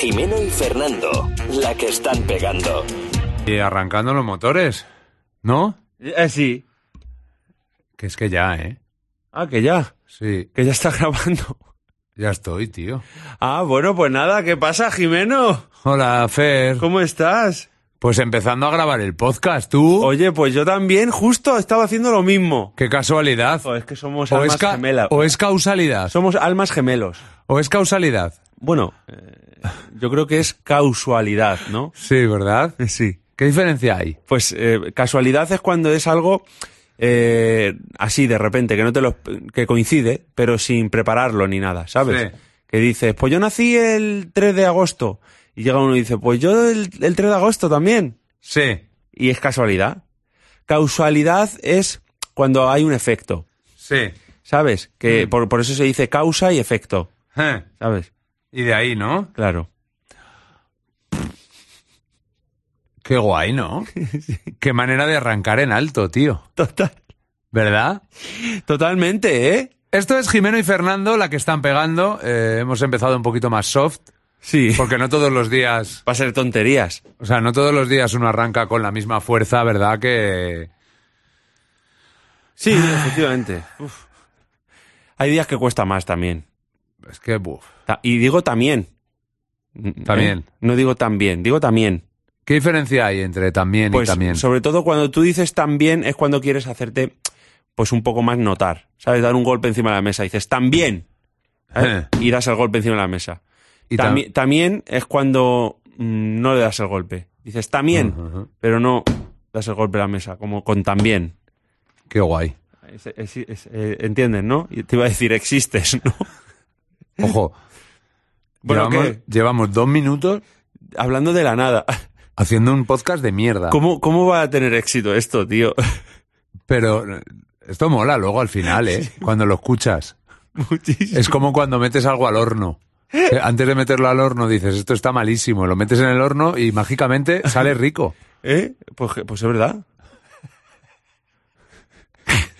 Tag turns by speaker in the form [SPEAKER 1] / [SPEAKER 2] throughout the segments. [SPEAKER 1] Jimeno y Fernando, la que están pegando.
[SPEAKER 2] Y arrancando los motores, ¿no?
[SPEAKER 3] Eh, sí.
[SPEAKER 2] Que es que ya, ¿eh?
[SPEAKER 3] Ah, que ya.
[SPEAKER 2] Sí,
[SPEAKER 3] Que ya está grabando.
[SPEAKER 2] ya estoy, tío.
[SPEAKER 3] Ah, bueno, pues nada, ¿qué pasa, Jimeno?
[SPEAKER 2] Hola, Fer.
[SPEAKER 3] ¿Cómo estás?
[SPEAKER 2] Pues empezando a grabar el podcast, tú.
[SPEAKER 3] Oye, pues yo también justo estaba haciendo lo mismo.
[SPEAKER 2] Qué casualidad.
[SPEAKER 3] Joder, es que somos
[SPEAKER 2] O es,
[SPEAKER 3] almas
[SPEAKER 2] ca-
[SPEAKER 3] gemelas.
[SPEAKER 2] o es causalidad.
[SPEAKER 3] Somos almas gemelos.
[SPEAKER 2] O es causalidad.
[SPEAKER 3] Bueno, eh, yo creo que es causalidad, ¿no?
[SPEAKER 2] Sí, ¿verdad?
[SPEAKER 3] Sí.
[SPEAKER 2] ¿Qué diferencia hay?
[SPEAKER 3] Pues eh, casualidad es cuando es algo eh, así de repente, que no te lo que coincide, pero sin prepararlo ni nada, ¿sabes?
[SPEAKER 2] Sí.
[SPEAKER 3] Que dices, pues yo nací el 3 de agosto. Y llega uno y dice, pues yo el, el 3 de agosto también.
[SPEAKER 2] Sí,
[SPEAKER 3] Y es casualidad. Causalidad es cuando hay un efecto,
[SPEAKER 2] sí.
[SPEAKER 3] ¿sabes? Que por, por eso se dice causa y efecto,
[SPEAKER 2] Eh,
[SPEAKER 3] ¿sabes?
[SPEAKER 2] Y de ahí, ¿no?
[SPEAKER 3] Claro.
[SPEAKER 2] Qué guay, ¿no? Qué manera de arrancar en alto, tío.
[SPEAKER 3] Total.
[SPEAKER 2] ¿Verdad?
[SPEAKER 3] Totalmente, ¿eh?
[SPEAKER 2] Esto es Jimeno y Fernando, la que están pegando. Eh, hemos empezado un poquito más soft,
[SPEAKER 3] Sí.
[SPEAKER 2] porque no todos los días
[SPEAKER 3] Va a ser tonterías.
[SPEAKER 2] O sea, no todos los días uno arranca con la misma fuerza, ¿verdad? Que.
[SPEAKER 3] Sí, efectivamente. Uf. Hay días que cuesta más también.
[SPEAKER 2] Es que, buf.
[SPEAKER 3] Ta- Y digo también. Mm,
[SPEAKER 2] También.
[SPEAKER 3] ¿eh? No digo también, digo también.
[SPEAKER 2] ¿Qué diferencia hay entre también
[SPEAKER 3] Pues
[SPEAKER 2] y también?
[SPEAKER 3] sobre todo cuando tú dices también es cuando quieres hacerte pues un poco más notar. ¿Sabes? Dar un golpe encima de la mesa. Dices también. ¿eh? Y das el golpe encima de la mesa.
[SPEAKER 2] Y tam-
[SPEAKER 3] Tambi- también es cuando mm, no le das el golpe. Dices también,
[SPEAKER 2] Ujú.
[SPEAKER 3] pero no das el golpe a la mesa, como con también.
[SPEAKER 2] Qué guay.
[SPEAKER 3] Es- es- es- eh, ¿Entiendes, no? Y Te iba a decir existes, ¿no?
[SPEAKER 2] Ojo.
[SPEAKER 3] Bueno,
[SPEAKER 2] llevamos,
[SPEAKER 3] ¿qué?
[SPEAKER 2] llevamos dos minutos
[SPEAKER 3] Hablando de la nada.
[SPEAKER 2] Ah. haciendo un podcast de mierda.
[SPEAKER 3] ¿Cómo, ¿Cómo va a tener éxito esto, tío?
[SPEAKER 2] Pero eh, esto mola luego al final, ¿eh? Cuando lo escuchas.
[SPEAKER 3] Muchísimo.
[SPEAKER 2] Es como cuando metes algo al horno. Eh, Antes de meterlo al horno dices, esto está malísimo. Lo metes en el horno y mágicamente sale rico.
[SPEAKER 3] ¿Eh? Pues, que- pues es verdad.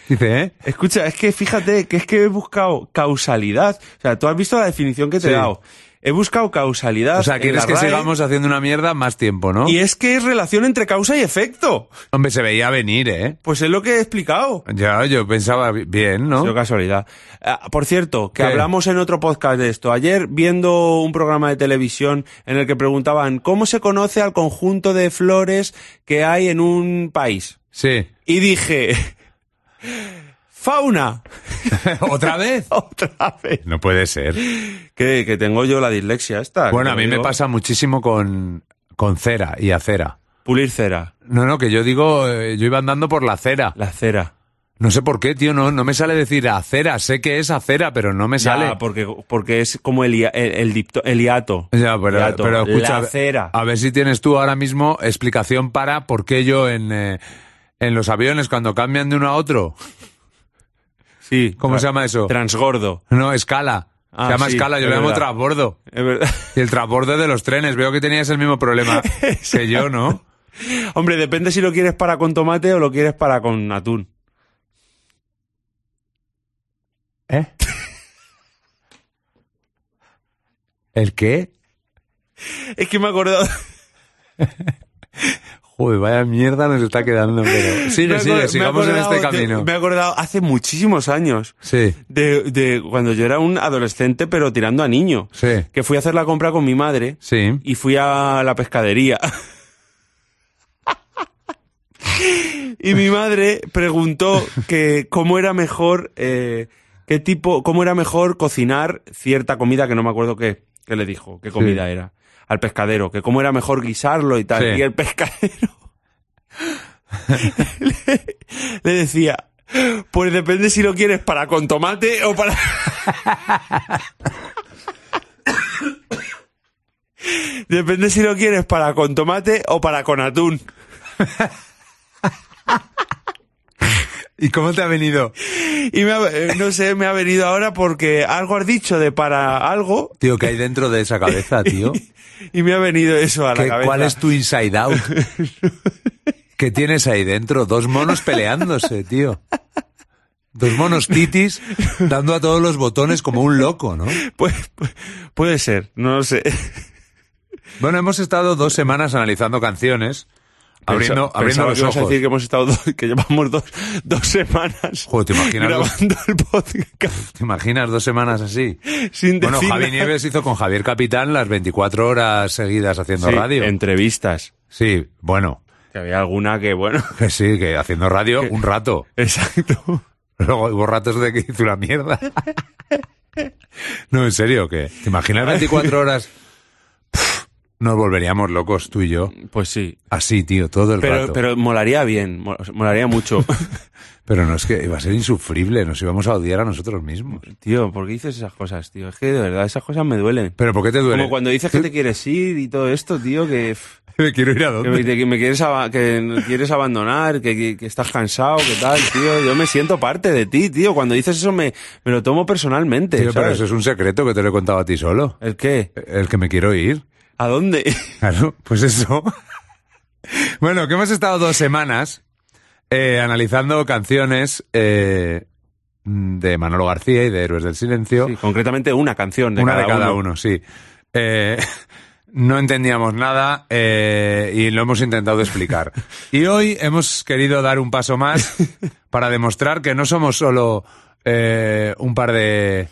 [SPEAKER 2] Dice, ¿eh?
[SPEAKER 3] Escucha, es que fíjate que es que he buscado causalidad. O sea, tú has visto la definición que te
[SPEAKER 2] Sí.
[SPEAKER 3] he dado. He buscado causalidad.
[SPEAKER 2] O sea,
[SPEAKER 3] en
[SPEAKER 2] quieres
[SPEAKER 3] la
[SPEAKER 2] que
[SPEAKER 3] RAE,
[SPEAKER 2] sigamos haciendo una mierda más tiempo, ¿no?
[SPEAKER 3] Y es que es relación entre causa y efecto.
[SPEAKER 2] Hombre, se veía venir, ¿eh?
[SPEAKER 3] Pues es lo que he explicado.
[SPEAKER 2] Ya, yo pensaba bi- bien,
[SPEAKER 3] Yo,
[SPEAKER 2] ¿no?
[SPEAKER 3] casualidad. Ah, por cierto, que
[SPEAKER 2] ¿Qué?
[SPEAKER 3] hablamos en otro podcast de esto. Ayer, viendo un programa de televisión en el que preguntaban cómo se conoce al conjunto de flores que hay en un país.
[SPEAKER 2] Sí.
[SPEAKER 3] Y dije, fauna,
[SPEAKER 2] ¿Otra vez?
[SPEAKER 3] otra vez.
[SPEAKER 2] No puede ser.
[SPEAKER 3] Que, que tengo yo la dislexia esta.
[SPEAKER 2] Bueno,
[SPEAKER 3] que
[SPEAKER 2] a
[SPEAKER 3] te
[SPEAKER 2] mí me
[SPEAKER 3] digo,
[SPEAKER 2] pasa muchísimo con, con cera y acera.
[SPEAKER 3] Pulir cera,
[SPEAKER 2] No, no, que yo digo, eh, yo iba andando por la acera.
[SPEAKER 3] la cera.
[SPEAKER 2] No sé por qué, tío, no, no me sale decir acera. Sé que es acera, pero no me sale.
[SPEAKER 3] Ya, porque, porque es como el, hia- el, el dipto- el hiato.
[SPEAKER 2] Ya, pero,
[SPEAKER 3] Hiato,
[SPEAKER 2] pero escucha,
[SPEAKER 3] La cera.
[SPEAKER 2] a ver si tienes tú ahora mismo explicación para por qué yo en, eh, en los aviones cuando cambian de uno a otro,
[SPEAKER 3] Sí.
[SPEAKER 2] ¿cómo
[SPEAKER 3] tra-
[SPEAKER 2] se llama eso?
[SPEAKER 3] Transgordo.
[SPEAKER 2] No, escala.
[SPEAKER 3] Ah,
[SPEAKER 2] se llama
[SPEAKER 3] sí,
[SPEAKER 2] escala, yo
[SPEAKER 3] es
[SPEAKER 2] le llamo
[SPEAKER 3] verdad.
[SPEAKER 2] transbordo.
[SPEAKER 3] Es verdad.
[SPEAKER 2] Y el transbordo de los trenes, veo que tenías el mismo problema que yo, ¿no?
[SPEAKER 3] Hombre, depende si lo quieres para con tomate o lo quieres para con atún.
[SPEAKER 2] ¿Eh? ¿El qué?
[SPEAKER 3] Es que me he acordado,
[SPEAKER 2] Joder, vaya mierda nos está quedando, pero...
[SPEAKER 3] me
[SPEAKER 2] Sigue,
[SPEAKER 3] he
[SPEAKER 2] sigue,
[SPEAKER 3] acordado-
[SPEAKER 2] sigamos
[SPEAKER 3] me he
[SPEAKER 2] en este
[SPEAKER 3] acordado de-
[SPEAKER 2] camino.
[SPEAKER 3] me he acordado hace muchísimos años
[SPEAKER 2] Sí,
[SPEAKER 3] de, de cuando yo era un adolescente pero tirando a niño.
[SPEAKER 2] sí,
[SPEAKER 3] Que fui a hacer la compra con mi madre
[SPEAKER 2] sí.
[SPEAKER 3] y fui a la pescadería. y mi madre preguntó que cómo era mejor, eh, qué tipo, cómo era mejor cocinar cierta comida que no me acuerdo qué, qué le dijo, qué comida era al pescadero, que cómo era mejor guisarlo y tal.
[SPEAKER 2] Sí.
[SPEAKER 3] Y el pescadero le, le decía, pues depende si lo quieres para con tomate o para... Depende si lo quieres para con tomate o para con atún.
[SPEAKER 2] ¿Y cómo te ha venido?
[SPEAKER 3] Y me ha- eh, no sé, me ha venido ahora porque algo has dicho de para algo
[SPEAKER 2] Tío, ¿qué hay dentro de esa cabeza, tío?
[SPEAKER 3] y me ha venido eso a la
[SPEAKER 2] ¿Qué-
[SPEAKER 3] cabeza.
[SPEAKER 2] ¿Cuál es tu inside out? ¿Qué tienes ahí dentro? Dos monos peleándose, tío. Dos monos titis
[SPEAKER 3] Pues,
[SPEAKER 2] dando a todos los botones como un loco, ¿no?
[SPEAKER 3] Pu- pu- puede ser, no lo sé.
[SPEAKER 2] Bueno, hemos estado dos semanas analizando canciones, abriendo,
[SPEAKER 3] Pensa-
[SPEAKER 2] abriendo
[SPEAKER 3] pensaba
[SPEAKER 2] los
[SPEAKER 3] que ibas a
[SPEAKER 2] ojos.
[SPEAKER 3] decir que hemos estado dos- que llevamos dos, dos semanas
[SPEAKER 2] Joder, ¿te imaginas, dos,
[SPEAKER 3] grabando el podcast
[SPEAKER 2] te imaginas dos semanas así?
[SPEAKER 3] sin decir
[SPEAKER 2] Bueno, Javi
[SPEAKER 3] nada.
[SPEAKER 2] Nieves hizo con Javier Capitán las 24 horas seguidas haciendo
[SPEAKER 3] Sí,
[SPEAKER 2] radio.
[SPEAKER 3] entrevistas.
[SPEAKER 2] Sí, bueno,
[SPEAKER 3] Que había alguna que, bueno,
[SPEAKER 2] que sí, que haciendo radio un rato.
[SPEAKER 3] exacto.
[SPEAKER 2] Luego hubo ratos de que hizo una mierda. No, en serio, que te imaginas 24 horas. Pff, Nos volveríamos locos tú y yo.
[SPEAKER 3] Pues sí.
[SPEAKER 2] Así, tío, todo el
[SPEAKER 3] Pero,
[SPEAKER 2] rato.
[SPEAKER 3] pero molaría bien, mol- molaría mucho.
[SPEAKER 2] Pero no es que iba a ser insufrible, nos íbamos a odiar a nosotros mismos.
[SPEAKER 3] tío, ¿por qué dices esas cosas, tío? Es que de verdad esas cosas me duelen.
[SPEAKER 2] Pero ¿por qué te duele?
[SPEAKER 3] Como cuando dices que te quieres ir y todo esto, tío, que... pff,
[SPEAKER 2] Me quiero ir a
[SPEAKER 3] Que me,
[SPEAKER 2] dónde.
[SPEAKER 3] que me quieres, aba- que quieres abandonar, que, que- que estás cansado, que tal, tío. Yo me siento parte de ti, tío. Cuando dices eso me, me lo tomo personalmente.
[SPEAKER 2] Tío, pero
[SPEAKER 3] ¿sabes?
[SPEAKER 2] eso es un secreto que te lo he contado a ti solo.
[SPEAKER 3] ¿El qué?
[SPEAKER 2] El que me quiero ir.
[SPEAKER 3] ¿A dónde?
[SPEAKER 2] Claro, pues eso. Bueno, que hemos estado dos semanas eh, analizando canciones eh, de Manolo García y de Héroes del Silencio.
[SPEAKER 3] Sí, concretamente una canción. De
[SPEAKER 2] Una
[SPEAKER 3] cada
[SPEAKER 2] de cada
[SPEAKER 3] uno.
[SPEAKER 2] uno, sí. Eh, no entendíamos nada eh, y lo hemos intentado explicar. Y hoy hemos querido dar un paso más para demostrar que no somos solo eh, un par de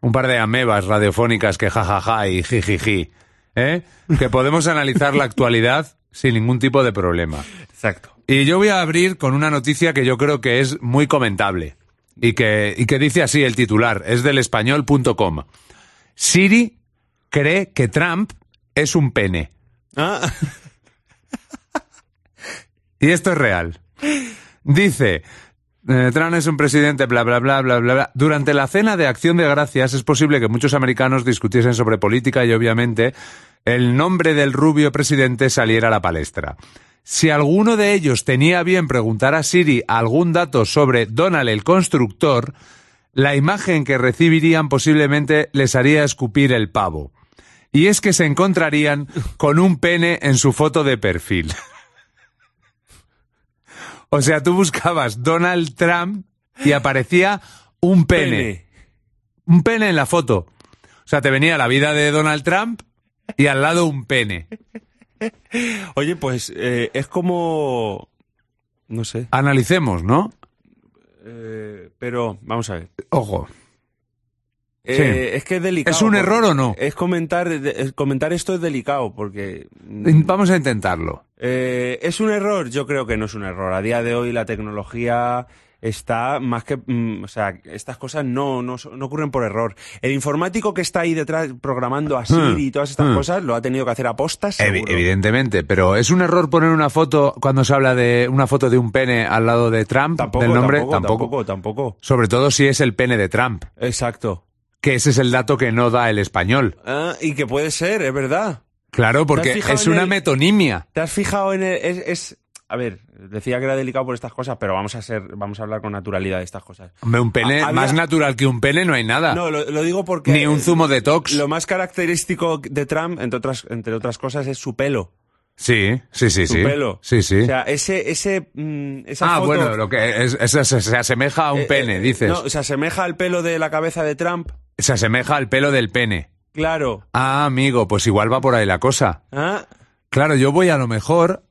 [SPEAKER 2] un par de amebas radiofónicas que jajaja y jijiji, ¿eh? que podemos analizar la actualidad sin ningún tipo de problema.
[SPEAKER 3] Exacto.
[SPEAKER 2] Y yo voy a abrir con una noticia que yo creo que es muy comentable y que, y que dice así el titular, es del español.com. Siri cree que Trump es un pene.
[SPEAKER 3] Ah,
[SPEAKER 2] Y esto es real. Dice, eh, Trump es un presidente, bla, bla, bla, bla, bla, bla. Durante la cena de Acción de Gracias es posible que muchos americanos discutiesen sobre política y obviamente el nombre del rubio presidente saliera a la palestra. Si alguno de ellos tenía a bien preguntar a Siri algún dato sobre Donald el constructor, la imagen que recibirían posiblemente les haría escupir el pavo. Y es que se encontrarían con un pene en su foto de perfil. O sea, tú buscabas Donald Trump y aparecía un pene.
[SPEAKER 3] pene.
[SPEAKER 2] Un pene en la foto. O sea, te venía la vida de Donald Trump y al lado un pene.
[SPEAKER 3] Oye, pues eh, es como... No sé.
[SPEAKER 2] Analicemos, ¿no?
[SPEAKER 3] Eh, pero vamos a ver.
[SPEAKER 2] Ojo.
[SPEAKER 3] Eh,
[SPEAKER 2] Sí.
[SPEAKER 3] Es que es delicado.
[SPEAKER 2] ¿Es un
[SPEAKER 3] porque-
[SPEAKER 2] error o no?
[SPEAKER 3] Es comentar, es comentar esto es delicado porque... mm,
[SPEAKER 2] Vamos a intentarlo.
[SPEAKER 3] Eh, ¿Es un error? Yo creo que no es un error. A día de hoy la tecnología está más que... mm, o sea, estas cosas no, no, so- no ocurren por error. El informático que está ahí detrás programando a Siri y todas estas
[SPEAKER 2] Hmm.
[SPEAKER 3] cosas lo ha tenido que hacer a postas,
[SPEAKER 2] Evi-
[SPEAKER 3] seguro.
[SPEAKER 2] evidentemente, pero ¿es un error poner una foto cuando se habla de una foto de un pene al lado de Trump?
[SPEAKER 3] Tampoco,
[SPEAKER 2] del nombre,
[SPEAKER 3] tampoco, tampoco, tampoco.
[SPEAKER 2] Sobre todo si es el pene de Trump,
[SPEAKER 3] Exacto.
[SPEAKER 2] que ese es el dato que no da el español.
[SPEAKER 3] Ah, y que puede ser, es verdad.
[SPEAKER 2] Claro, porque
[SPEAKER 3] fijado
[SPEAKER 2] es
[SPEAKER 3] en
[SPEAKER 2] una
[SPEAKER 3] el-
[SPEAKER 2] metonimia.
[SPEAKER 3] ¿Te has fijado en el, es, es- a ver, decía que era delicado por estas cosas, pero vamos a ser, vamos a hablar con naturalidad de estas cosas.
[SPEAKER 2] Hombre, un pene,
[SPEAKER 3] Ha- había-
[SPEAKER 2] más natural que un pene no hay nada.
[SPEAKER 3] No, lo, lo digo porque
[SPEAKER 2] Ah. Ni un zumo de tox.
[SPEAKER 3] Lo más característico de Trump, entre otras, entre otras cosas, es su pelo.
[SPEAKER 2] Sí, sí, sí,
[SPEAKER 3] Su
[SPEAKER 2] sí.
[SPEAKER 3] pelo.
[SPEAKER 2] Sí, sí.
[SPEAKER 3] O sea, ese, ese, mm, esa
[SPEAKER 2] ah,
[SPEAKER 3] foto-
[SPEAKER 2] bueno, lo que es, es- se, se asemeja a un
[SPEAKER 3] eh,
[SPEAKER 2] pene,
[SPEAKER 3] eh,
[SPEAKER 2] dices.
[SPEAKER 3] No, se asemeja al pelo de la cabeza de Trump.
[SPEAKER 2] Se asemeja al pelo del pene.
[SPEAKER 3] Claro.
[SPEAKER 2] Ah, amigo, pues igual va por ahí la cosa.
[SPEAKER 3] ¿Ah?
[SPEAKER 2] Claro, yo voy a lo mejor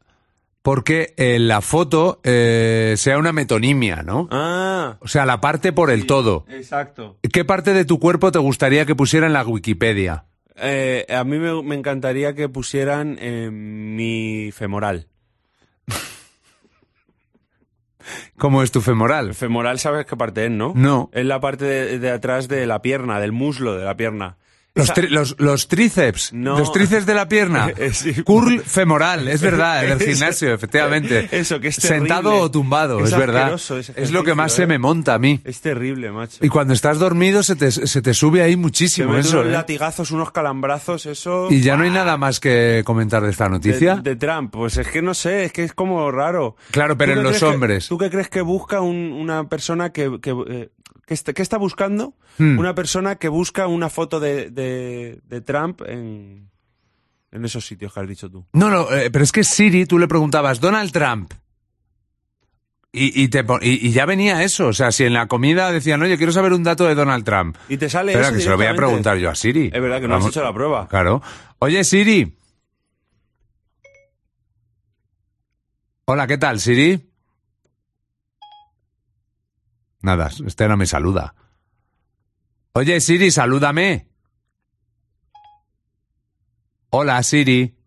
[SPEAKER 2] porque eh, la foto eh, sea una metonimia, ¿no?
[SPEAKER 3] Ah.
[SPEAKER 2] O sea, la parte por el todo.
[SPEAKER 3] Exacto.
[SPEAKER 2] ¿Qué parte de tu cuerpo te gustaría que pusiera en la Wikipedia?
[SPEAKER 3] Eh, a mí me, me encantaría que pusieran eh, mi femoral.
[SPEAKER 2] ¿Cómo es tu femoral?
[SPEAKER 3] El femoral, ¿sabes qué parte es, no?
[SPEAKER 2] No.
[SPEAKER 3] Es la parte de, de atrás de la pierna, del muslo de la pierna.
[SPEAKER 2] Los,
[SPEAKER 3] Esa-
[SPEAKER 2] tri- los, los tríceps,
[SPEAKER 3] No.
[SPEAKER 2] los tríceps de la pierna.
[SPEAKER 3] Eh, sí.
[SPEAKER 2] Curl femoral, es verdad, en el
[SPEAKER 3] Eso-
[SPEAKER 2] gimnasio, efectivamente.
[SPEAKER 3] eso, que es terrible.
[SPEAKER 2] Sentado o tumbado,
[SPEAKER 3] Es
[SPEAKER 2] es, verdad.
[SPEAKER 3] asqueroso ese
[SPEAKER 2] Es lo que más
[SPEAKER 3] ejercicio,
[SPEAKER 2] se me
[SPEAKER 3] ¿eh?
[SPEAKER 2] monta a mí.
[SPEAKER 3] Es terrible, macho.
[SPEAKER 2] Y cuando estás dormido se te, se te sube ahí
[SPEAKER 3] Te
[SPEAKER 2] muchísimo
[SPEAKER 3] meten
[SPEAKER 2] eso.
[SPEAKER 3] unos
[SPEAKER 2] ¿eh?
[SPEAKER 3] latigazos, unos calambrazos, eso.
[SPEAKER 2] Y ya no hay nada más que comentar de esta
[SPEAKER 3] de,
[SPEAKER 2] noticia.
[SPEAKER 3] de Trump, pues es que no sé, es que es como raro.
[SPEAKER 2] Claro, pero en
[SPEAKER 3] ¿Tú qué
[SPEAKER 2] los
[SPEAKER 3] crees que-
[SPEAKER 2] hombres.
[SPEAKER 3] ¿Tú qué crees que busca un- una persona que, que, eh, que está, que está buscando?
[SPEAKER 2] Hmm.
[SPEAKER 3] Una persona que busca una foto de, de- de Trump en, en esos sitios que has dicho tú.
[SPEAKER 2] No, no, eh, pero es que Siri, tú le preguntabas, Donald Trump. Y, y te, pon- y, y ya venía eso. O sea, si en la comida decían, oye, quiero saber un dato de Donald Trump.
[SPEAKER 3] Y te sale
[SPEAKER 2] Espera,
[SPEAKER 3] eso
[SPEAKER 2] que se lo voy a
[SPEAKER 3] directamente.
[SPEAKER 2] preguntar yo a Siri.
[SPEAKER 3] Es verdad que no has hecho la prueba.
[SPEAKER 2] Claro. Oye, Siri, Hola, ¿qué tal, Siri? Nada, este no me saluda. Oye, Siri, salúdame. Hola, Siri.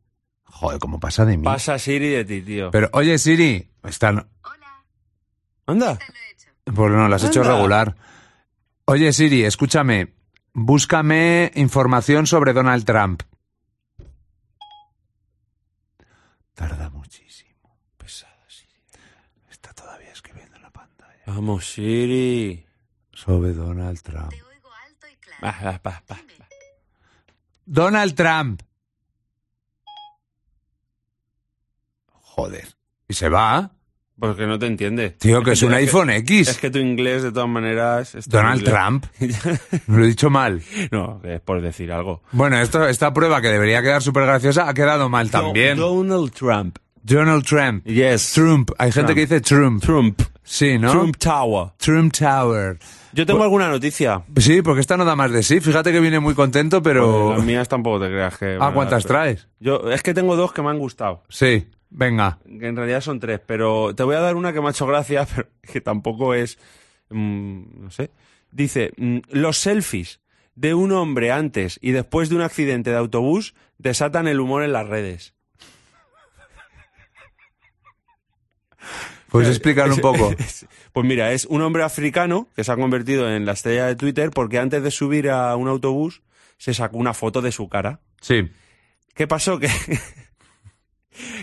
[SPEAKER 2] Joder, ¿cómo pasa de mí?
[SPEAKER 3] Pasa Siri de ti, tío.
[SPEAKER 2] Pero, oye, Siri, esta no-
[SPEAKER 3] Anda.
[SPEAKER 2] Pues no, las has hecho
[SPEAKER 3] Anda.
[SPEAKER 2] regular. Oye, Siri, escúchame. Búscame información sobre Donald Trump. Tarda muchísimo.
[SPEAKER 3] Pesada Siri.
[SPEAKER 2] Está todavía escribiendo en la pantalla.
[SPEAKER 3] Vamos, Siri.
[SPEAKER 2] Sobre Donald Trump.
[SPEAKER 4] Te oigo alto y claro.
[SPEAKER 3] Va, va, va, va.
[SPEAKER 4] Dime,
[SPEAKER 2] Donald Trump. Joder. ¿Y se va?
[SPEAKER 3] Porque no te entiende.
[SPEAKER 2] Tío, que es un
[SPEAKER 3] que-
[SPEAKER 2] iPhone X.
[SPEAKER 3] Es que tu inglés, de todas maneras. es tu
[SPEAKER 2] Donald
[SPEAKER 3] inglés.
[SPEAKER 2] Trump. Lo he dicho mal.
[SPEAKER 3] no, que es por decir algo.
[SPEAKER 2] Bueno, esto, esta prueba que debería quedar súper graciosa ha quedado mal también.
[SPEAKER 3] Do- Donald Trump.
[SPEAKER 2] Donald Trump.
[SPEAKER 3] Yes.
[SPEAKER 2] Trump. Hay gente que dice Trump.
[SPEAKER 3] Trump.
[SPEAKER 2] Sí, ¿no?
[SPEAKER 3] Trump Tower.
[SPEAKER 2] Trump Tower.
[SPEAKER 3] Yo tengo alguna noticia.
[SPEAKER 2] Sí, porque esta no da más de sí. Fíjate que viene muy contento, pero...
[SPEAKER 3] Pues Las mías tampoco te creas que.
[SPEAKER 2] ah, ¿cuántas traes?
[SPEAKER 3] Yo, es que tengo dos que me han gustado.
[SPEAKER 2] Sí, venga.
[SPEAKER 3] Que en realidad son tres, pero te voy a dar una que me ha hecho gracia, pero que tampoco es. mm, no sé. Dice: mm, Los selfies de un hombre antes y después de un accidente de autobús desatan el humor en las redes.
[SPEAKER 2] Pues explicar un poco.
[SPEAKER 3] Pues mira, es un hombre africano que se ha convertido en la estrella de Twitter porque antes de subir a un autobús se sacó una foto de su cara.
[SPEAKER 2] Sí.
[SPEAKER 3] ¿Qué pasó? Que,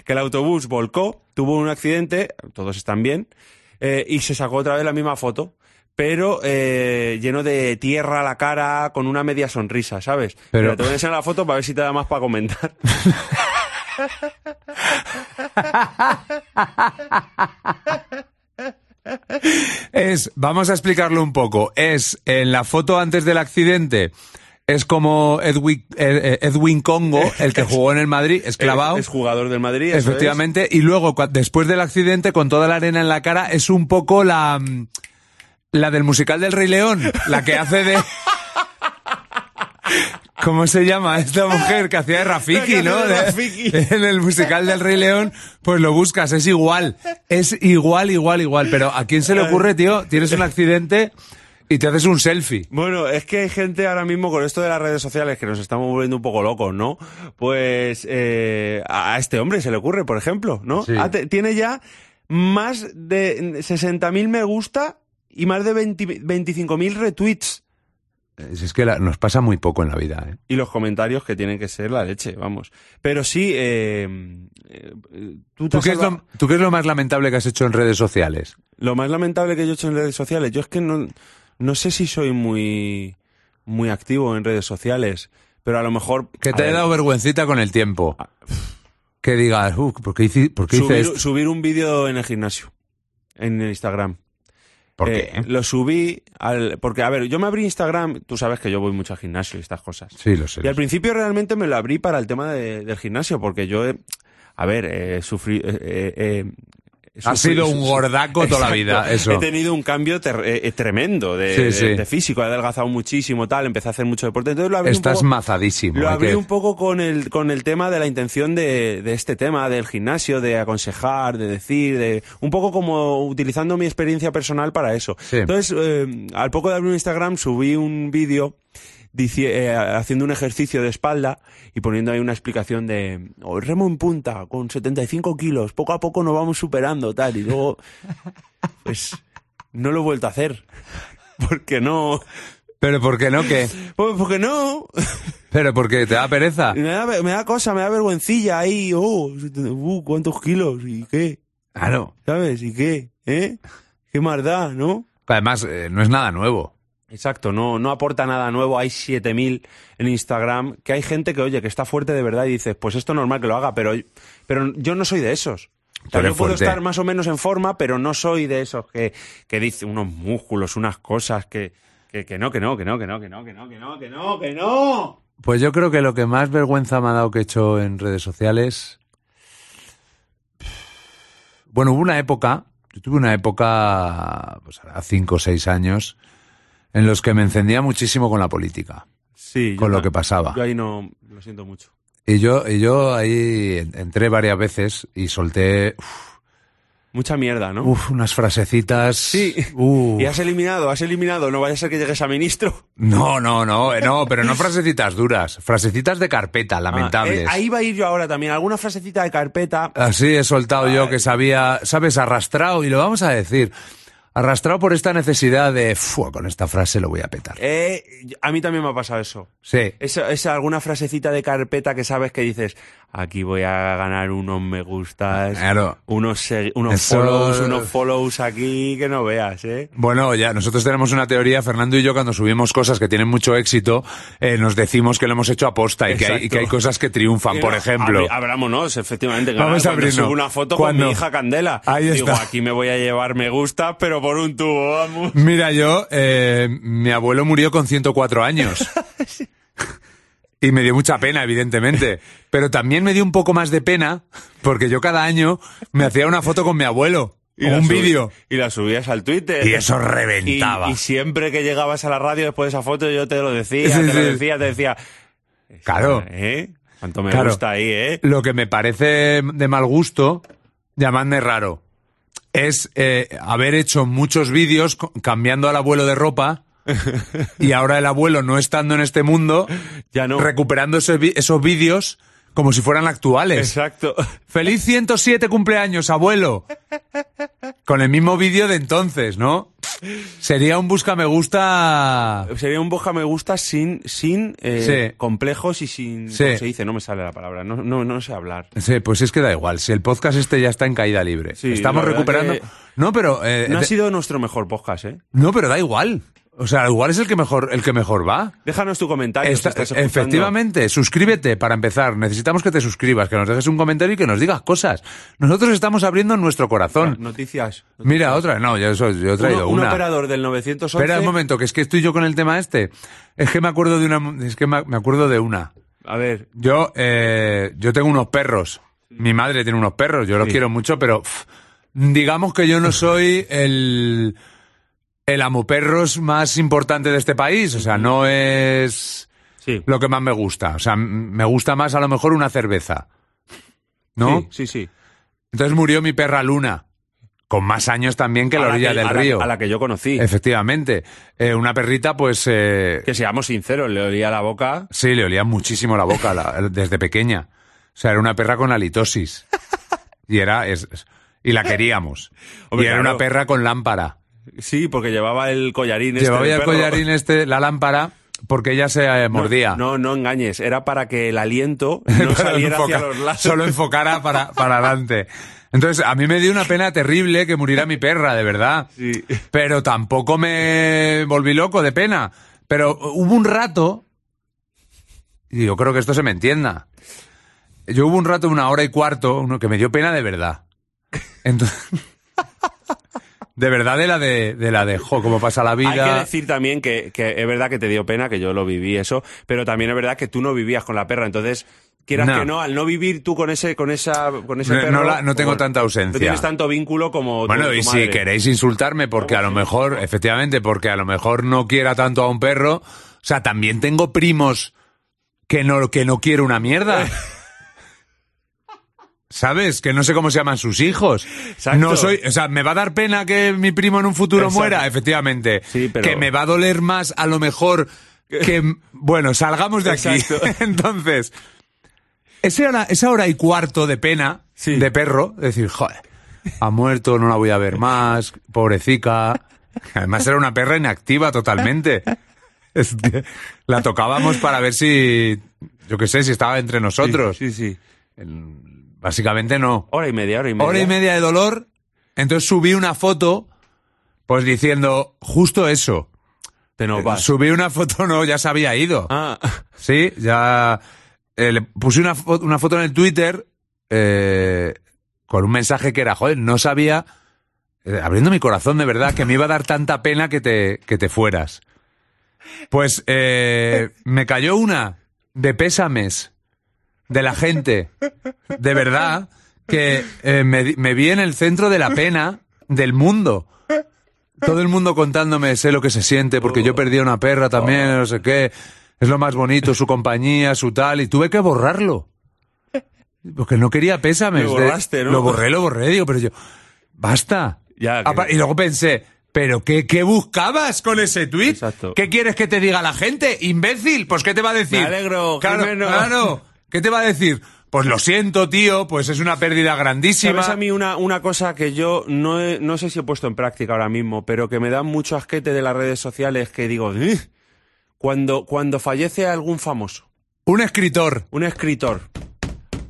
[SPEAKER 3] que el autobús volcó, tuvo un accidente, todos están bien, eh, y se sacó otra vez la misma foto, pero eh, lleno de tierra a la cara, con una media sonrisa, ¿sabes?
[SPEAKER 2] Pero-
[SPEAKER 3] Pero te voy a enseñar la foto para ver si te da más para comentar.
[SPEAKER 2] Es, vamos a explicarlo un poco. Es en la foto antes del accidente. Es como Edwin, eh, eh, Edwin Congo, el que jugó en el Madrid, esclavado.
[SPEAKER 3] Es, es jugador del Madrid. eso es.
[SPEAKER 2] Efectivamente, y luego cua- después del accidente con toda la arena en la cara es un poco la mm, la del musical del Rey León, la que hace de ¿Cómo se llama esta mujer que hacía de
[SPEAKER 3] La que
[SPEAKER 2] Rafiki,
[SPEAKER 3] hace
[SPEAKER 2] no?
[SPEAKER 3] de
[SPEAKER 2] De-
[SPEAKER 3] Rafiki.
[SPEAKER 2] En el musical del Rey León, pues lo buscas, es igual, es igual, igual, igual. Pero ¿a quién se le ocurre, tío? Tienes un accidente y te haces un selfie.
[SPEAKER 3] Bueno, es que hay gente ahora mismo con esto de las redes sociales que nos estamos volviendo un poco locos, ¿no? Pues eh, a a este hombre se le ocurre, por ejemplo, ¿no?
[SPEAKER 2] Sí.
[SPEAKER 3] Ah, te- tiene ya más de 60.000 me gusta y más de 20 25.000 retweets.
[SPEAKER 2] Es que la- nos pasa muy poco en la vida. ¿eh?
[SPEAKER 3] Y los comentarios que tienen que ser la leche, vamos. Pero sí, eh, eh, tú, te
[SPEAKER 2] ¿Tú
[SPEAKER 3] has
[SPEAKER 2] qué es
[SPEAKER 3] salva-
[SPEAKER 2] lo- ¿Tú qué es lo más lamentable que has hecho en redes sociales?
[SPEAKER 3] Lo más lamentable que yo he hecho en redes sociales, yo es que no, no sé si soy muy, muy activo en redes sociales, pero a lo mejor...
[SPEAKER 2] Que
[SPEAKER 3] a
[SPEAKER 2] te he
[SPEAKER 3] ver, Ah,
[SPEAKER 2] dado vergüencita con el tiempo. Que digas, "Uf, ¿por qué, hice, por qué este? hice
[SPEAKER 3] subir,
[SPEAKER 2] esto?
[SPEAKER 3] subir un vídeo en el gimnasio, en el Instagram.
[SPEAKER 2] ¿Por
[SPEAKER 3] Eh,
[SPEAKER 2] qué?
[SPEAKER 3] Lo subí al... Porque, a ver, yo me abrí Instagram, tú sabes que yo voy mucho al gimnasio y estas cosas.
[SPEAKER 2] Sí, lo sé.
[SPEAKER 3] Y al principio realmente me lo abrí para el tema de- del gimnasio, porque yo, he- a ver, he eh, sufrido...
[SPEAKER 2] Has sido un gordaco toda la vida, eso.
[SPEAKER 3] He tenido un cambio ter- eh, eh, tremendo de,
[SPEAKER 2] Sí,
[SPEAKER 3] de-
[SPEAKER 2] sí.
[SPEAKER 3] de físico, he adelgazado muchísimo, tal, empecé a hacer mucho deporte. Entonces lo abrí un
[SPEAKER 2] Estás
[SPEAKER 3] poco-
[SPEAKER 2] mazadísimo. ¿eh?
[SPEAKER 3] lo
[SPEAKER 2] hay
[SPEAKER 3] abrí
[SPEAKER 2] que-
[SPEAKER 3] un poco con el, con el tema de la intención de, de este tema, del gimnasio, de aconsejar, de decir, de, un poco como utilizando mi experiencia personal para eso.
[SPEAKER 2] Sí.
[SPEAKER 3] Entonces, eh, al poco de abrir un Instagram, subí un vídeo dici- eh, haciendo un ejercicio de espalda y poniendo ahí una explicación de "Oh, remo en punta con 75 kilos, poco a poco nos vamos superando, tal, y luego, pues, no lo he vuelto a hacer. Porque no,
[SPEAKER 2] Pero ¿por qué no? ¿Qué?
[SPEAKER 3] pues porque no,
[SPEAKER 2] Pero porque te da pereza.
[SPEAKER 3] y Me da, me da cosa, me da vergüencilla ahí. Oh, uh, ¿cuántos kilos? ¿Y qué?
[SPEAKER 2] Claro.
[SPEAKER 3] ¿Sabes? ¿Y qué? ¿Eh? ¿Qué más da, no?
[SPEAKER 2] Además, eh, no es nada nuevo.
[SPEAKER 3] Exacto, no, no aporta nada nuevo. Hay 7000 en Instagram. Que hay gente que, oye, que está fuerte de verdad y dices, pues esto normal que lo haga, pero, pero yo no soy de esos. O sea,
[SPEAKER 2] Tú eres
[SPEAKER 3] yo puedo
[SPEAKER 2] fuerte.
[SPEAKER 3] estar más o menos en forma, pero no soy de esos que, que dice unos músculos, unas cosas que, que, que no, que no, que no, que no, que no, que no, que no, que no, que no.
[SPEAKER 2] Pues yo creo que lo que más vergüenza me ha dado que he hecho en redes sociales. Bueno, hubo una época, yo tuve una época, pues a cinco o seis años, en los que me encendía muchísimo con la política,
[SPEAKER 3] Sí, yo
[SPEAKER 2] con lo
[SPEAKER 3] ta-
[SPEAKER 2] que pasaba.
[SPEAKER 3] Yo ahí no, lo siento mucho.
[SPEAKER 2] Y yo, y yo ahí en- entré varias veces y solté uf,
[SPEAKER 3] Mucha mierda, ¿no?
[SPEAKER 2] Uf, unas frasecitas.
[SPEAKER 3] Sí.
[SPEAKER 2] Uh.
[SPEAKER 3] Y has eliminado, has eliminado, no vaya a ser que llegues a ministro.
[SPEAKER 2] No, no, no, eh, no, pero no frasecitas duras, frasecitas de carpeta,
[SPEAKER 3] Ah,
[SPEAKER 2] lamentables.
[SPEAKER 3] eh, ahí va a ir yo ahora también. Alguna frasecita de carpeta.
[SPEAKER 2] Así he soltado yo que sabía, sabes, arrastrado, y lo vamos a decir, arrastrado por esta necesidad de, "Fua, con esta frase lo voy a petar.
[SPEAKER 3] Eh, a mí también me ha pasado eso.
[SPEAKER 2] Sí.
[SPEAKER 3] Esa, esa alguna frasecita de carpeta que sabes que dices, aquí voy a ganar unos me gustas,
[SPEAKER 2] Claro.
[SPEAKER 3] unos, segui- unos
[SPEAKER 2] Eso-
[SPEAKER 3] follows, unos follows aquí que no veas, ¿eh?
[SPEAKER 2] Bueno, ya, nosotros tenemos una teoría, Fernando y yo, cuando subimos cosas que tienen mucho éxito, eh, nos decimos que lo hemos hecho aposta y que, hay, y que hay
[SPEAKER 3] Exacto.
[SPEAKER 2] cosas que triunfan, por
[SPEAKER 3] Mira,
[SPEAKER 2] ejemplo.
[SPEAKER 3] abri- abrámonos, efectivamente.
[SPEAKER 2] Vamos
[SPEAKER 3] Vamos
[SPEAKER 2] a
[SPEAKER 3] a abrir
[SPEAKER 2] abrirnos.
[SPEAKER 3] subo una foto
[SPEAKER 2] Cuando-
[SPEAKER 3] con mi hija Candela.
[SPEAKER 2] Ahí
[SPEAKER 3] Digo,
[SPEAKER 2] está.
[SPEAKER 3] aquí me voy a llevar me gusta, pero por un tubo, vamos.
[SPEAKER 2] Mira, yo, eh, mi abuelo murió con 104 años. Y me dio mucha pena, evidentemente. Pero también me dio un poco más de pena porque yo cada año me hacía una foto con mi abuelo o
[SPEAKER 3] la
[SPEAKER 2] un
[SPEAKER 3] subí-
[SPEAKER 2] vídeo.
[SPEAKER 3] Y la subías al Twitter.
[SPEAKER 2] Y eso
[SPEAKER 3] Y,
[SPEAKER 2] reventaba.
[SPEAKER 3] y siempre que llegabas a la radio después de esa foto, yo te lo decía,
[SPEAKER 2] Sí,
[SPEAKER 3] te
[SPEAKER 2] sí.
[SPEAKER 3] lo decía, te decía.
[SPEAKER 2] Claro.
[SPEAKER 3] ¿Eh? Cuánto me
[SPEAKER 2] Claro.
[SPEAKER 3] gusta ahí, ¿eh?
[SPEAKER 2] Lo que me parece de mal gusto, llamadme raro, es eh, haber hecho muchos vídeos co- cambiando al abuelo de ropa y ahora el abuelo no estando en este mundo,
[SPEAKER 3] Ya no.
[SPEAKER 2] recuperando ese vi- esos vídeos como si fueran actuales.
[SPEAKER 3] Exacto.
[SPEAKER 2] ¡Feliz 107 cumpleaños, abuelo! Con el mismo vídeo de entonces, ¿no? Sería un busca me gusta.
[SPEAKER 3] Sería un boja me gusta sin, sin eh,
[SPEAKER 2] Sí.
[SPEAKER 3] complejos y sin.
[SPEAKER 2] Sí.
[SPEAKER 3] ¿Cómo se dice? No me sale la palabra. No, no, no sé hablar.
[SPEAKER 2] Sí, pues es que da igual. Si el podcast este ya está en caída libre.
[SPEAKER 3] Sí,
[SPEAKER 2] Estamos
[SPEAKER 3] la verdad
[SPEAKER 2] recuperando.
[SPEAKER 3] que-
[SPEAKER 2] No, pero. eh,
[SPEAKER 3] No ha
[SPEAKER 2] de-
[SPEAKER 3] sido nuestro mejor podcast, ¿eh?
[SPEAKER 2] No, pero da igual. O sea, igual es el que mejor, el que mejor va.
[SPEAKER 3] Déjanos tu comentario. si
[SPEAKER 2] Esta-
[SPEAKER 3] estás escuchando.
[SPEAKER 2] efectivamente, suscríbete para empezar. Necesitamos que te suscribas, que nos dejes un comentario y que nos digas cosas. Nosotros estamos abriendo nuestro corazón.
[SPEAKER 3] Ah, Noticias.
[SPEAKER 2] Mira, otra. No, yo, eso- yo he traído
[SPEAKER 3] un, un
[SPEAKER 2] una.
[SPEAKER 3] operador del 911.
[SPEAKER 2] Espera un momento, que es que estoy yo con el tema este. Es que me acuerdo de una. Es que me me acuerdo de una.
[SPEAKER 3] A ver,
[SPEAKER 2] Yo, eh, yo tengo unos perros. Mi madre tiene unos perros. Yo los
[SPEAKER 3] Sí.
[SPEAKER 2] quiero mucho, pero pff, digamos que yo no soy el el amo perros más importante de este país. O sea, no es
[SPEAKER 3] sí.
[SPEAKER 2] lo que más me gusta. O sea, m- me gusta más a lo mejor una cerveza, ¿no?
[SPEAKER 3] Sí, sí. sí.
[SPEAKER 2] Entonces murió mi perra Luna, con más años también que
[SPEAKER 3] A
[SPEAKER 2] la orilla
[SPEAKER 3] que-
[SPEAKER 2] del
[SPEAKER 3] a la-
[SPEAKER 2] río.
[SPEAKER 3] a la que yo conocí.
[SPEAKER 2] Efectivamente, Eh, una perrita, pues eh,
[SPEAKER 3] Que seamos sinceros, le olía la boca.
[SPEAKER 2] Sí, le olía muchísimo la boca la- desde pequeña. O sea, era una perra con halitosis. Y era es- es- y la queríamos.
[SPEAKER 3] Hombre,
[SPEAKER 2] y era
[SPEAKER 3] claro.
[SPEAKER 2] una perra con lámpara.
[SPEAKER 3] Sí, porque llevaba el collarín. este
[SPEAKER 2] Llevaba
[SPEAKER 3] de
[SPEAKER 2] ya el
[SPEAKER 3] perro.
[SPEAKER 2] collarín este, la lámpara, porque ella se eh, mordía.
[SPEAKER 3] No, no engañes. Era para que el aliento no
[SPEAKER 2] Para
[SPEAKER 3] saliera hacia
[SPEAKER 2] enfocar-
[SPEAKER 3] los lados.
[SPEAKER 2] Solo enfocara para, para adelante. Entonces, a mí me dio una pena terrible que muriera mi perra, de verdad.
[SPEAKER 3] Sí.
[SPEAKER 2] Pero tampoco me volví loco de pena. Pero hubo un rato, y yo creo que esto se me entienda. Yo hubo un rato, una hora y cuarto, uno que me dio pena de verdad. Entonces, de verdad de la de, de la de, jo, cómo pasa la vida.
[SPEAKER 3] Hay que decir también que, que es verdad que te dio pena, que yo lo viví eso, pero también es verdad que tú no vivías con la perra, entonces quieras
[SPEAKER 2] No.
[SPEAKER 3] que no, al no vivir tú con ese, con esa, con ese
[SPEAKER 2] No-
[SPEAKER 3] perro,
[SPEAKER 2] no la- no tengo tanta ausencia.
[SPEAKER 3] No tienes tanto vínculo como tú
[SPEAKER 2] Bueno,
[SPEAKER 3] con
[SPEAKER 2] y
[SPEAKER 3] tu
[SPEAKER 2] si
[SPEAKER 3] madre.
[SPEAKER 2] queréis insultarme, porque a lo mejor, efectivamente, porque a lo mejor no quiera tanto a un perro, o sea, también tengo primos que no, que no quiero una mierda. ¿Sabes? Que no sé cómo se llaman sus hijos.
[SPEAKER 3] Exacto.
[SPEAKER 2] No soy, o sea, me va a dar pena que mi primo en un futuro
[SPEAKER 3] Exacto.
[SPEAKER 2] muera, efectivamente.
[SPEAKER 3] Sí, pero-
[SPEAKER 2] Que me va a doler más, a lo mejor, que, bueno, salgamos de aquí.
[SPEAKER 3] Exacto.
[SPEAKER 2] Entonces, ese hora- esa hora y cuarto de pena,
[SPEAKER 3] Sí.
[SPEAKER 2] de perro, de decir, joder, ha muerto, no la voy a ver más, pobrecita. Además era una perra inactiva totalmente. Es que La tocábamos para ver si, yo qué sé, si estaba entre nosotros.
[SPEAKER 3] Sí, sí.
[SPEAKER 2] Básicamente no.
[SPEAKER 3] Hora y media, hora y media.
[SPEAKER 2] Hora y media de dolor, entonces subí una foto, pues diciendo, justo eso. Eh,
[SPEAKER 3] Te nos vas.
[SPEAKER 2] Subí una foto, no, ya se había ido.
[SPEAKER 3] Ah,
[SPEAKER 2] Sí, ya eh, le puse una, fo- una foto en el Twitter eh, con un mensaje que era, joder, no sabía, eh, abriendo mi corazón de verdad, que me iba a dar tanta pena que te, que te fueras. Pues eh, me cayó una de pésames de la gente, de verdad, que eh, me, di- me vi en el centro de la pena del mundo. Todo el mundo contándome, sé lo que se siente, porque yo perdí a una perra también, no sé qué. Es lo más bonito, su compañía, su tal, y tuve que borrarlo. Porque no quería pésames.
[SPEAKER 3] Lo
[SPEAKER 2] de-
[SPEAKER 3] borraste, ¿no?
[SPEAKER 2] Lo borré, lo borré, digo, pero yo... basta.
[SPEAKER 3] Ya, que-
[SPEAKER 2] Apa- Y luego pensé, ¿pero qué, qué buscabas con ese tuit?
[SPEAKER 3] Exacto.
[SPEAKER 2] ¿Qué quieres que te diga la gente? ¡Imbécil! Pues ¿qué te va a decir?
[SPEAKER 3] Me alegro,
[SPEAKER 2] claro,
[SPEAKER 3] Jimeno.
[SPEAKER 2] claro. ¿Qué te va a decir? Pues lo siento, tío, pues es una pérdida grandísima.
[SPEAKER 3] ¿Sabes a mí una, una cosa que yo no, he- no sé si he puesto en práctica ahora mismo, pero que me da mucho asquete de las redes sociales que digo, "Ugh". cuando, cuando fallece algún famoso,
[SPEAKER 2] Un escritor.
[SPEAKER 3] un escritor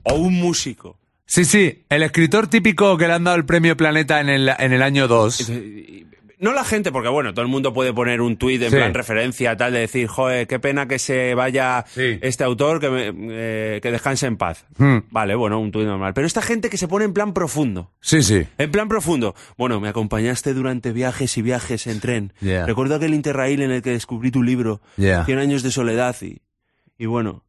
[SPEAKER 3] o un músico,
[SPEAKER 2] Sí, sí, el escritor típico que le han dado el premio Planeta en el, en el año 2.
[SPEAKER 3] no la gente, porque bueno, todo el mundo puede poner un tuit en
[SPEAKER 2] Sí.
[SPEAKER 3] plan referencia, tal, de decir, joder, qué pena que se vaya
[SPEAKER 2] Sí.
[SPEAKER 3] este autor, que, me- eh, que descanse en paz.
[SPEAKER 2] Mm.
[SPEAKER 3] Vale, bueno, un tuit normal. Pero esta gente que se pone en plan profundo.
[SPEAKER 2] Sí, sí.
[SPEAKER 3] En plan profundo. Bueno, me acompañaste durante viajes y viajes en tren.
[SPEAKER 2] Yeah.
[SPEAKER 3] Recuerdo aquel interrail en el que descubrí tu libro,
[SPEAKER 2] Yeah.
[SPEAKER 3] 100 años de soledad, y, y bueno,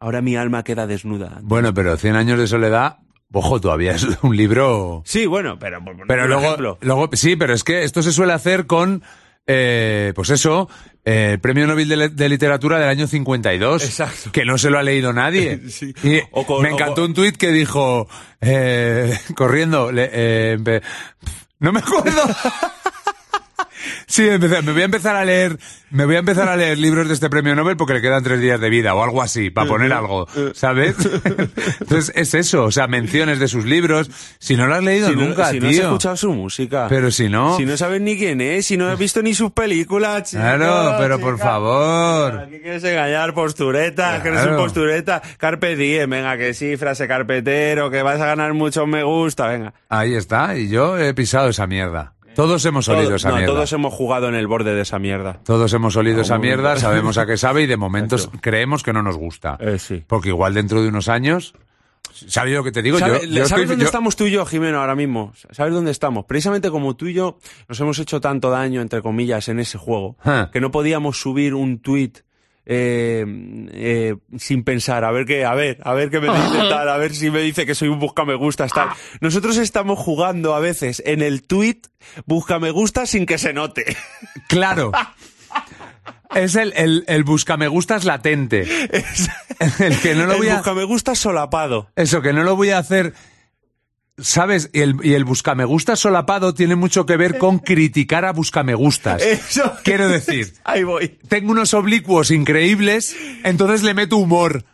[SPEAKER 3] ahora mi alma queda desnuda.
[SPEAKER 2] Bueno, pero 100 años de soledad, ojo, todavía es un libro...
[SPEAKER 3] Sí, bueno, pero, por poner
[SPEAKER 2] Pero
[SPEAKER 3] un
[SPEAKER 2] luego,
[SPEAKER 3] ejemplo.
[SPEAKER 2] luego, sí, pero es que esto se suele hacer con, eh, pues eso, eh, el Premio Nobel de, Le- de Literatura del año 52.
[SPEAKER 3] Exacto.
[SPEAKER 2] Que no se lo ha leído nadie.
[SPEAKER 3] Sí.
[SPEAKER 2] Y
[SPEAKER 3] O con-
[SPEAKER 2] me
[SPEAKER 3] o
[SPEAKER 2] encantó
[SPEAKER 3] con-
[SPEAKER 2] un tuit que dijo, eh, corriendo, le- eh, empe- no me acuerdo. Sí, empecé- me voy a empezar a leer, me voy a empezar a leer libros de este premio Nobel porque le quedan tres días de vida o algo así,
[SPEAKER 3] Eh,
[SPEAKER 2] para poner algo, ¿sabes? Entonces es eso, o sea, menciones de sus libros. Si no lo has leído
[SPEAKER 3] Si no,
[SPEAKER 2] nunca,
[SPEAKER 3] si
[SPEAKER 2] tío.
[SPEAKER 3] no has escuchado su música.
[SPEAKER 2] Pero si no-
[SPEAKER 3] Si no sabes ni quién es, si no has visto ni sus películas. chico,
[SPEAKER 2] Claro, pero por
[SPEAKER 3] chica.
[SPEAKER 2] favor.
[SPEAKER 3] Aquí quieres engañar postureta, que eres un
[SPEAKER 2] Claro.
[SPEAKER 3] postureta. Carpe diem, venga, que sí, frase carpetero, que vas a ganar muchos me gusta, venga.
[SPEAKER 2] Ahí está, y yo he pisado esa mierda. Todos hemos olido
[SPEAKER 3] Todo-
[SPEAKER 2] esa
[SPEAKER 3] no,
[SPEAKER 2] mierda.
[SPEAKER 3] todos hemos jugado en el borde de esa mierda.
[SPEAKER 2] Todos hemos olido esa
[SPEAKER 3] momento.
[SPEAKER 2] mierda, sabemos a qué sabe y de momento creemos que no nos gusta.
[SPEAKER 3] Eh, sí.
[SPEAKER 2] Porque igual dentro de unos años... ¿Sabes lo que te digo?
[SPEAKER 3] ¿Sabes,
[SPEAKER 2] Yo- yo
[SPEAKER 3] ¿sabes
[SPEAKER 2] estoy-
[SPEAKER 3] dónde
[SPEAKER 2] yo-
[SPEAKER 3] estamos tú y yo, Jimeno, ahora mismo? ¿Sabes dónde estamos? Precisamente como tú y yo nos hemos hecho tanto daño, entre comillas, en ese juego,
[SPEAKER 2] Ah.
[SPEAKER 3] que no podíamos subir un tuit eh, eh, sin pensar, a ver qué, a ver, a ver qué me dice tal, a ver si me dice que soy un busca me gustas tal. Nosotros estamos jugando a veces en el tuit busca me gusta sin que se note.
[SPEAKER 2] Claro. Es el, el, el buscamegustas latente. El que no lo
[SPEAKER 3] el
[SPEAKER 2] voy a...
[SPEAKER 3] busca me gusta solapado.
[SPEAKER 2] Eso, que no lo voy a hacer. ¿Sabes? Y el, y el buscamegustas solapado tiene mucho que ver con criticar a buscamegustas.
[SPEAKER 3] Eso.
[SPEAKER 2] Quiero decir,
[SPEAKER 3] Ahí voy.
[SPEAKER 2] tengo unos oblicuos increíbles, entonces le meto humor.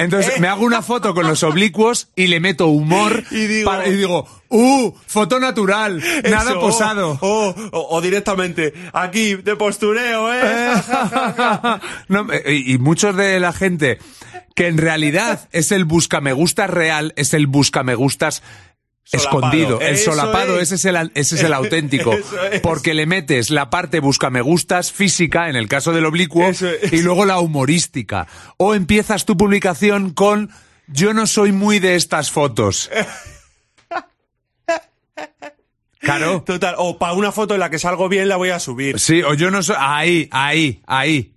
[SPEAKER 2] Entonces me hago una foto con los oblicuos y le meto humor
[SPEAKER 3] Y digo-
[SPEAKER 2] para- y digo, ¡uh! Foto natural, nada
[SPEAKER 3] Eso,
[SPEAKER 2] posado.
[SPEAKER 3] O, o- o directamente, aquí, de postureo, ¿eh?
[SPEAKER 2] No, eh, y, y muchos de la gente que en realidad es el buscamegustas real, es el buscamegustas
[SPEAKER 3] Solapado.
[SPEAKER 2] escondido. El
[SPEAKER 3] Eso
[SPEAKER 2] solapado,
[SPEAKER 3] es.
[SPEAKER 2] ese es el, al- ese es el auténtico.
[SPEAKER 3] Eso es.
[SPEAKER 2] Porque le metes la parte buscamegustas física, en el caso del oblicuo,
[SPEAKER 3] Eso es.
[SPEAKER 2] y luego la humorística. O empiezas tu publicación con yo no soy muy de estas fotos. Claro.
[SPEAKER 3] Total, o para una foto en la que salgo bien la voy a subir.
[SPEAKER 2] Sí, o yo no soy... Ahí, ahí, ahí.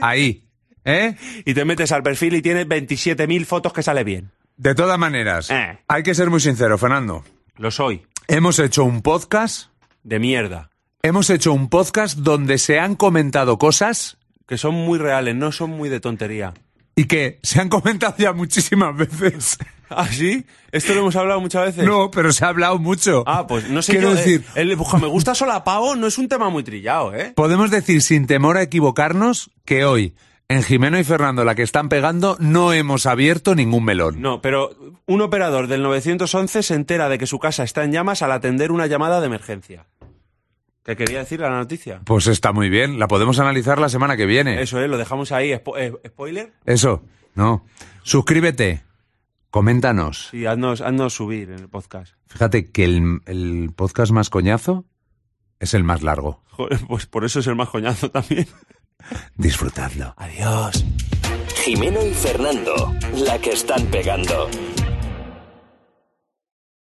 [SPEAKER 2] Ahí. ¿Eh?
[SPEAKER 3] Y te metes al perfil y tienes 27.000 fotos que sale bien.
[SPEAKER 2] De todas maneras,
[SPEAKER 3] Eh.
[SPEAKER 2] hay que ser muy sincero, Fernando.
[SPEAKER 3] Lo soy.
[SPEAKER 2] Hemos hecho un podcast,
[SPEAKER 3] De mierda.
[SPEAKER 2] hemos hecho un podcast donde se han comentado cosas
[SPEAKER 3] Que son muy reales, no son muy de tontería.
[SPEAKER 2] y que se han comentado ya muchísimas veces.
[SPEAKER 3] ¿Ah, sí? Esto lo hemos hablado muchas veces.
[SPEAKER 2] No, pero se ha hablado mucho.
[SPEAKER 3] Ah, pues no sé
[SPEAKER 2] Quiero
[SPEAKER 3] yo, eh,
[SPEAKER 2] decir,
[SPEAKER 3] el busca me gusta solapavo no es un tema muy trillado, ¿eh?
[SPEAKER 2] podemos decir sin temor a equivocarnos que hoy en Jimeno y Fernando, la que están pegando, no hemos abierto ningún melón.
[SPEAKER 3] No, pero un operador del 911 se entera de que su casa está en llamas al atender una llamada de emergencia. ¿Qué quería decir la noticia?
[SPEAKER 2] Pues está muy bien, la podemos analizar la semana que viene.
[SPEAKER 3] Eso es, lo dejamos ahí. Spo- eh, ¿Spoiler?
[SPEAKER 2] Eso, no. Suscríbete, coméntanos.
[SPEAKER 3] Sí, haznos, haznos subir en el podcast.
[SPEAKER 2] Fíjate que el, el podcast más coñazo es el más largo.
[SPEAKER 3] Joder, pues por eso es el más coñazo también.
[SPEAKER 2] Disfrutadlo.
[SPEAKER 3] Adiós.
[SPEAKER 1] Jimeno y Fernando, la que están pegando.